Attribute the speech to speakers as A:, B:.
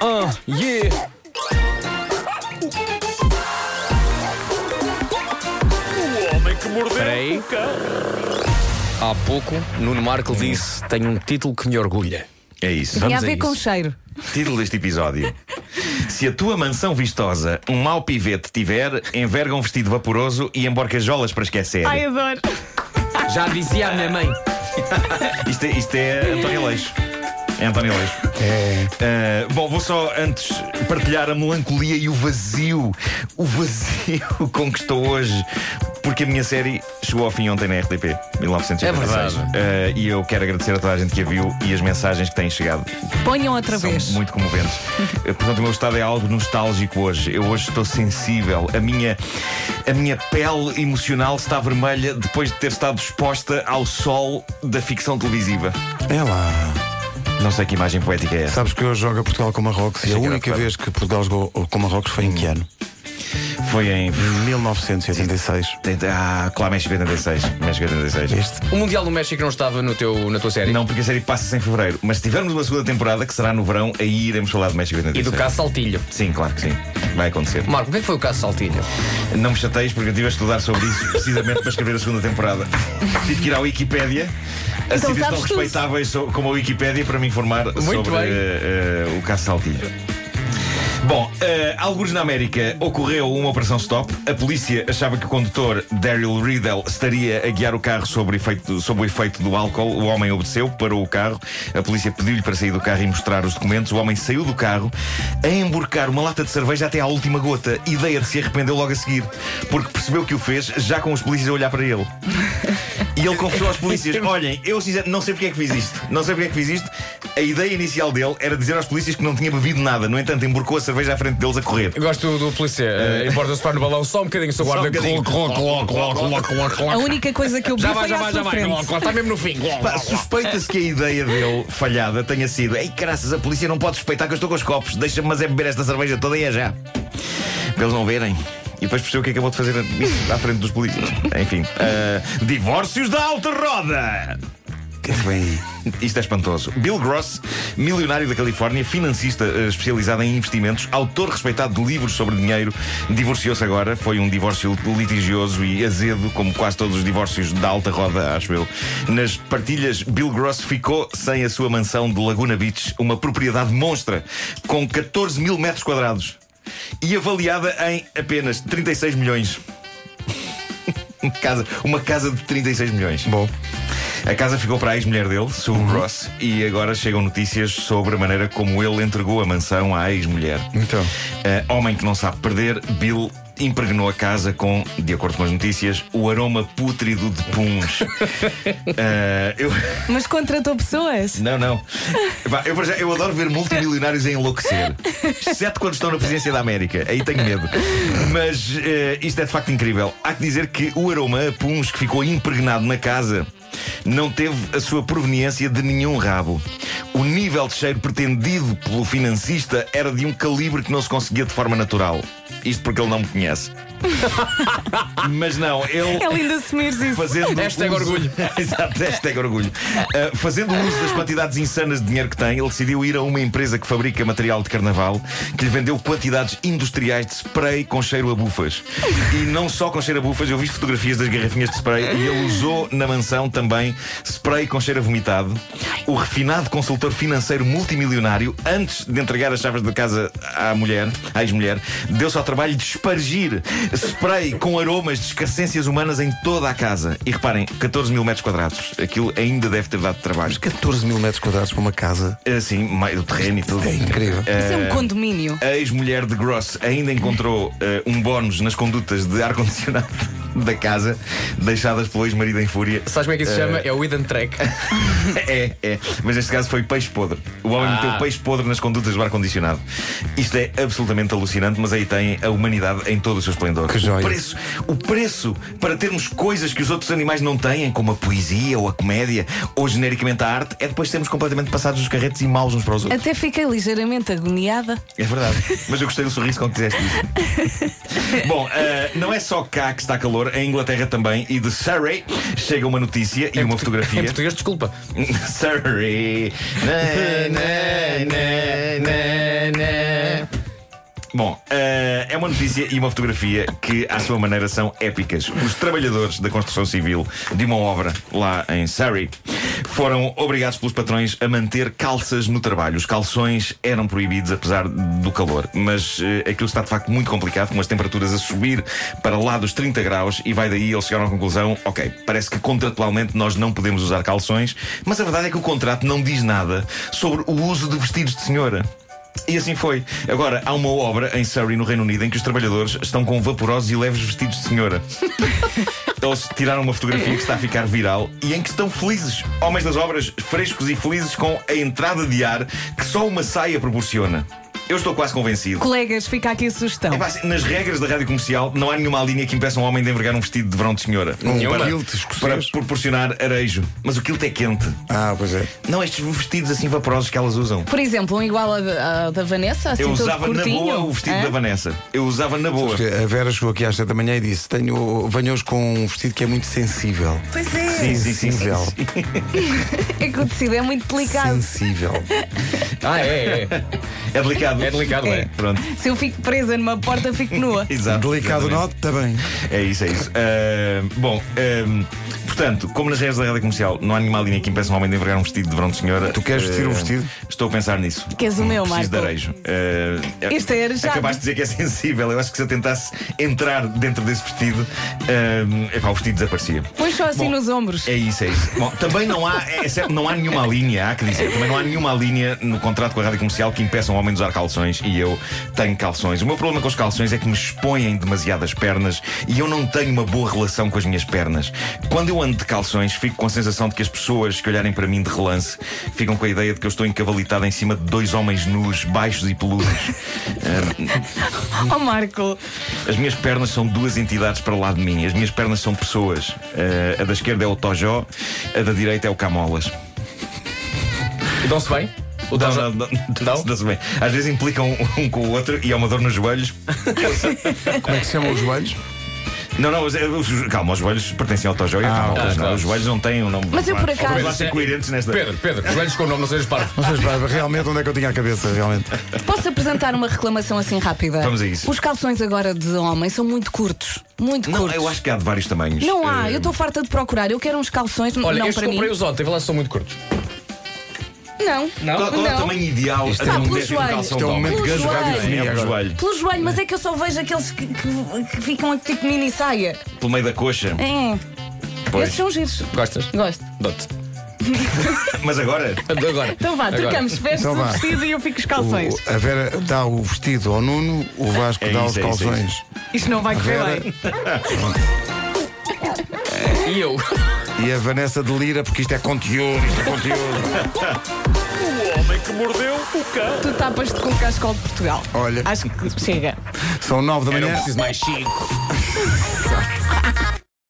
A: Uh, yeah.
B: O homem que mordeu
A: Peraí.
B: o cão.
A: Há pouco, Nuno Marco disse: Tenho um título que me orgulha.
C: É isso.
D: Tinha
C: Vamos
D: a ver
C: a
D: com
C: isso.
D: cheiro.
C: Título deste episódio. Se a tua mansão vistosa um mau pivete tiver, enverga um vestido vaporoso e emborcajolas para esquecer.
D: Ai, adoro.
A: Já dizia a minha mãe.
C: Isto é, isto é António Leixo. É António Leixo.
A: É.
C: Ah, bom, vou só antes partilhar a melancolia e o vazio. O vazio com que estou hoje. Porque a minha série chegou ao fim ontem na RTP, 1986.
A: É verdade.
C: Ah, e eu quero agradecer a toda a gente que a viu e as mensagens que têm chegado.
D: Ponham outra
C: São
D: vez.
C: muito comoventes. Eh, Portanto, o meu estado é algo nostálgico hoje. Eu hoje estou sensível. A minha, a minha pele emocional está vermelha depois de ter estado exposta ao sol da ficção televisiva.
E: É lá.
C: Não sei que imagem poética é essa.
E: Sabes que hoje joga Portugal com Marrocos e a
C: Achei que era
E: única
C: claro.
E: vez que Portugal jogou com Marrocos foi em que ano?
C: Foi em.
E: Em 1986.
C: Ah, claro, México 86. México 86.
E: Este.
A: O Mundial do México não estava no teu, na tua série?
C: Não, porque a série passa-se em fevereiro. Mas se tivermos uma segunda temporada, que será no verão, aí iremos falar de México 86.
A: E do caso Saltilho.
C: Sim, claro que sim. Vai acontecer.
A: Marco, o que é que foi o caso Saltilho?
C: Não me chateis porque eu estive a estudar sobre isso precisamente para escrever a segunda temporada. Tive que ir à Wikipédia. A
D: Então
C: sítios tão
D: sabes tudo.
C: respeitáveis so- como a Wikipédia para me informar sobre
A: bem.
C: eh, eh, o caso Saltilho. Bom, eh, alguns na América ocorreu uma operação stop. A polícia achava que o condutor Daryl Riddle estaria a guiar o carro sobre, efeito, sob o efeito do álcool. O homem obedeceu, parou o carro. A polícia pediu-lhe para sair do carro e mostrar os documentos. O homem saiu do carro a emborcar uma lata de cerveja até à última gota. Ideia de se arrependeu logo a seguir, porque percebeu que o fez já com os polícias a olhar para ele. E ele confessou aos polícias: Olhem, eu sinceramente não sei porque é que fiz isto. Não sei porque é que fiz isto. A ideia inicial dele era dizer aos polícias que não tinha bebido nada. No entanto, emborcou a cerveja à frente deles a correr.
A: Eu gosto do, do polícia. eh, Importa-se para no balão só um bocadinho, só guarda.
C: um bocadinho.
A: Coloca, coloca, coloca, coloca, coloca,
D: A
A: coloca.
D: única coisa que eu vi
A: Já vai,
D: foi
A: já
D: à
A: vai, já
D: sua
A: vai.
D: frente.
A: Coloca, Está mesmo no fim.
C: Pá, suspeita-se que a ideia dele falhada tenha sido: Ei, caraças, a polícia não pode suspeitar que eu estou com os copos. Deixa-me, mas é beber esta cerveja toda e é já. Para eles não verem. E depois percebeu o que acabou de fazer isso à frente dos polícias. Enfim. ah, divórcios da alta roda! Isto é espantoso. Bill Gross, milionário da Califórnia, financista eh, especializado em investimentos, autor respeitado de livros sobre dinheiro, divorciou-se agora. Foi um divórcio litigioso e azedo, como quase todos os divórcios da alta roda, acho eu. Nas partilhas, Bill Gross ficou sem a sua mansão de Laguna Beach, uma propriedade monstra, com 14 mil metros quadrados e avaliada em apenas 36 milhões. Uma casa, uma casa de 36 milhões.
E: Bom,
C: A casa ficou para a ex-mulher dele, Sue Gross, e agora chegam notícias sobre a maneira como ele entregou a mansão à ex-mulher.
E: Então.
C: Eh, homem que não sabe perder, Bill impregnou a casa com, de acordo com as notícias, o aroma pútrido de puns. Eh, eu.
D: Mas contratou pessoas.
C: Não, não. Epá, eu, para já- eu adoro ver multimilionários a enlouquecer. Exceto quando estão na presidência da América. Aí tenho medo. Mas eh, isto é de facto incrível. Há que dizer que o aroma a puns que ficou impregnado na casa não teve a sua proveniência de nenhum rabo. O nível de cheiro pretendido pelo financista era de um calibre que não se conseguia de forma natural. Isto porque ele não me conhece. Mas não, ele.
D: É lindo assumires isso.
C: Fazendo
A: Hashtag
C: uso-
A: orgulho.
C: Exato, hashtag orgulho. Uh, fazendo uso das quantidades insanas de dinheiro que tem, ele decidiu ir a uma empresa que fabrica material de carnaval que lhe vendeu quantidades industriais de spray com cheiro a bufas. E não só com cheiro a bufas, eu vi fotografias das garrafinhas de spray e ele usou na mansão também spray com cheiro a vomitado. O refinado consultor financeiro multimilionário, antes de entregar as chaves da casa à mulher, à ex-mulher, deu-se ao trabalho de espargir spray com aromas de escarcências humanas em toda a casa. E reparem, 14 mil metros quadrados. Aquilo ainda deve ter dado trabalho.
E: 14 mil metros quadrados para uma casa.
C: Assim, meio do terreno e tudo.
E: É incrível.
D: Isso é um condomínio.
C: A ex-mulher de Gross ainda encontrou eh, um bónus nas condutas de ar-condicionado da casa, deixadas pelo ex-marido em fúria.
A: Sabes como é que isso se chama? É o Eden Track.
C: É, é. Mas neste caso foi peixe podre. O homem
A: Ah.
C: meteu peixe podre nas condutas do ar-condicionado. Isto é absolutamente alucinante, mas aí tem a humanidade em todo o seu esplendor.
E: Que joia.
C: O preço, o preço para termos coisas que os outros animais não têm, como a poesia ou a comédia, ou genericamente a arte, é depois sermos completamente passados dos carretes e maus uns para os outros.
D: Até fiquei ligeiramente agoniada.
C: É verdade. Mas eu gostei do sorriso com que disseste isso. Bom, eh, não é só cá que está calor, é em Inglaterra também, e de Surrey chega uma notícia
E: É
C: e uma
A: Em
C: fotografia.
A: português, desculpa.
C: Surrey. Na, na, na, na, na, Bom, eh, é uma notícia e uma fotografia que, à sua maneira, são épicas. Os trabalhadores da construção civil de uma obra lá em Surrey foram obrigados pelos patrões a manter calças no trabalho. Os calções eram proibidos, apesar do calor. Mas eh, aquilo está, de facto, muito complicado, com as temperaturas a subir para lá dos 30 graus, e vai daí eles chegaram à conclusão: ok, parece que contratualmente nós não podemos usar calções, mas a verdade é que o contrato não diz nada sobre o uso de vestidos de senhora. E assim foi. Agora, há uma obra em Surrey, no Reino Unido, em que os trabalhadores estão com vaporosos e leves vestidos de senhora. Eles tiraram uma fotografia que está a ficar viral e em que estão felizes. Homens das obras, frescos e felizes com a entrada de ar que só uma saia proporciona. Eu estou quase convencido.
D: Colegas, fica aqui a sugestão.
C: Epá, assim, nas regras da rádio comercial não há nenhuma linha que impeça um homem de envergar um vestido de verão de senhora.
A: Hum.
E: Um
C: para,
E: quilt
C: para
E: escocês.
C: proporcionar arejo. Mas o quilt é quente.
E: Ah, pois é.
C: Não estes vestidos assim vaporosos que elas usam.
D: Por exemplo, um igual a, da- a da Vanessa, assim
C: Eu
D: todo
C: usava na
D: curtinho. É?
C: boa o vestido
D: Hã?
C: da Vanessa. Eu usava na boa.
E: Porque a Vera chegou aqui às 7 da manhã e disse: Tenho, venho hoje com um vestido que é muito sensível.
D: Pois é,
C: Sim, sim, sim. sim,
E: Sensível.
C: sim.
D: é que o tecido é muito delicado.
E: Sensível.
A: Ah, é, é.
C: É delicado.
A: É delicado, é.
C: Pronto.
D: Se eu fico presa numa porta, fico nua.
C: Exato.
E: Delicado
C: exatamente.
E: não? Está bem.
C: É isso, é isso. Ah, bom, ah, portanto, como nas regras da rádio comercial não há nenhuma linha que impeça um homem de envergar um vestido de verão de senhora.
E: Tu queres vestir
C: ah,
E: um vestido?
C: Estou a pensar nisso.
D: Queres o meu,
C: Preciso
D: Marco?
C: de arejo. Ah,
D: Este é arejado.
C: Acabaste de dizer que é sensível. Eu acho que se eu tentasse entrar dentro desse vestido, ah, epá, o vestido desaparecia.
D: Põe só assim
C: Bom,
D: nos ombros.
C: É isso, é isso. Bom, também não há, é, é certo, não há nenhuma linha, há que dizer, também não há nenhuma linha no contrato com a rádio comercial que impeça um homem de usar calções e eu tenho calções. O meu problema com os calções é que me expõem demasiado as pernas e eu não tenho uma boa relação com as minhas pernas. Quando eu ando de calções, fico com a sensação de que as pessoas que olharem para mim de relance ficam com a ideia de que eu estou encavalitado em cima de dois homens nus, baixos e peludos.
D: Oh, Marco,
C: As minhas pernas são duas entidades para lá de mim. As minhas pernas são pessoas. Eh, a da esquerda é o Tojó, a da direita é o Camolas.
A: E dão-se bem? O dão
C: Não, não, não, não se bem. Às vezes implicam um, um com o outro e há uma dor nos joelhos.
E: Como é que se chamam os joelhos?
C: Não, não, os- os- calma, os joelhos pertencem ao Tojó e
E: Ah,
C: ao Camolas. não.
A: claro.
C: Os joelhos não têm um nome.
D: Mas eu, por acaso-
C: Vamos lá ser coerentes nesta.
A: Pedro, Pedro, joelhos com o nome, não sejas parvo.
E: Não sei, pá, realmente onde é que eu tinha a cabeça, realmente?
D: posso apresentar uma reclamação assim rápida?
C: Vamos a isso.
D: Os calções agora de homem são muito curtos. Muito
C: Não,
D: curtos.
C: eu acho que há de vários tamanhos.
D: Não há,
C: Eh,
D: eu estou farta de procurar. Eu quero uns calções,
A: Olha,
D: não
A: estes
D: para mim.
A: comprei-os ontem, vê lá se são muito curtos.
D: Não.
C: Qual, qual é o
D: Não.
C: tamanho ideal
D: é
C: até
D: um-
C: um
D: pelo
C: desse
D: joelho.
C: calção
E: Isto é um
C: de homem?
E: momento de
D: Pelo
E: gancho
D: joelho.
C: É
E: radiofonia
C: o
E: agora.
C: joelho.
D: Pelo joelho, mas é que eu só vejo aqueles que, que- que ficam aqui tipo mini saia.
C: Pelo meio da coxa.
D: É.
C: Pois.
D: Esses são giros.
A: Gostas?
D: Gosto.
A: Dou-te.
D: É.
C: Mas agora.
A: Agora.
D: Então vá,
A: Agora.
D: trocamos. Veste
E: Então
D: o
E: vá.
D: vestido e eu fico os calções.
E: O- a Vera dá o vestido ao Nuno, o Vasco
C: É
E: dá
C: isso,
E: os
C: é isso, é
E: calções.
D: Isto não vai correr
E: Vera
D: bem.
A: E eu?
E: e a Vanessa delira porque isto é conteúdo, isto é conteúdo.
B: O homem que mordeu o cão.
D: Tu tapas-te com o cascol de Portugal.
E: Olha.
D: Acho que chega.
E: São nove da
A: Eu não
E: manhã.
A: preciso mais chico.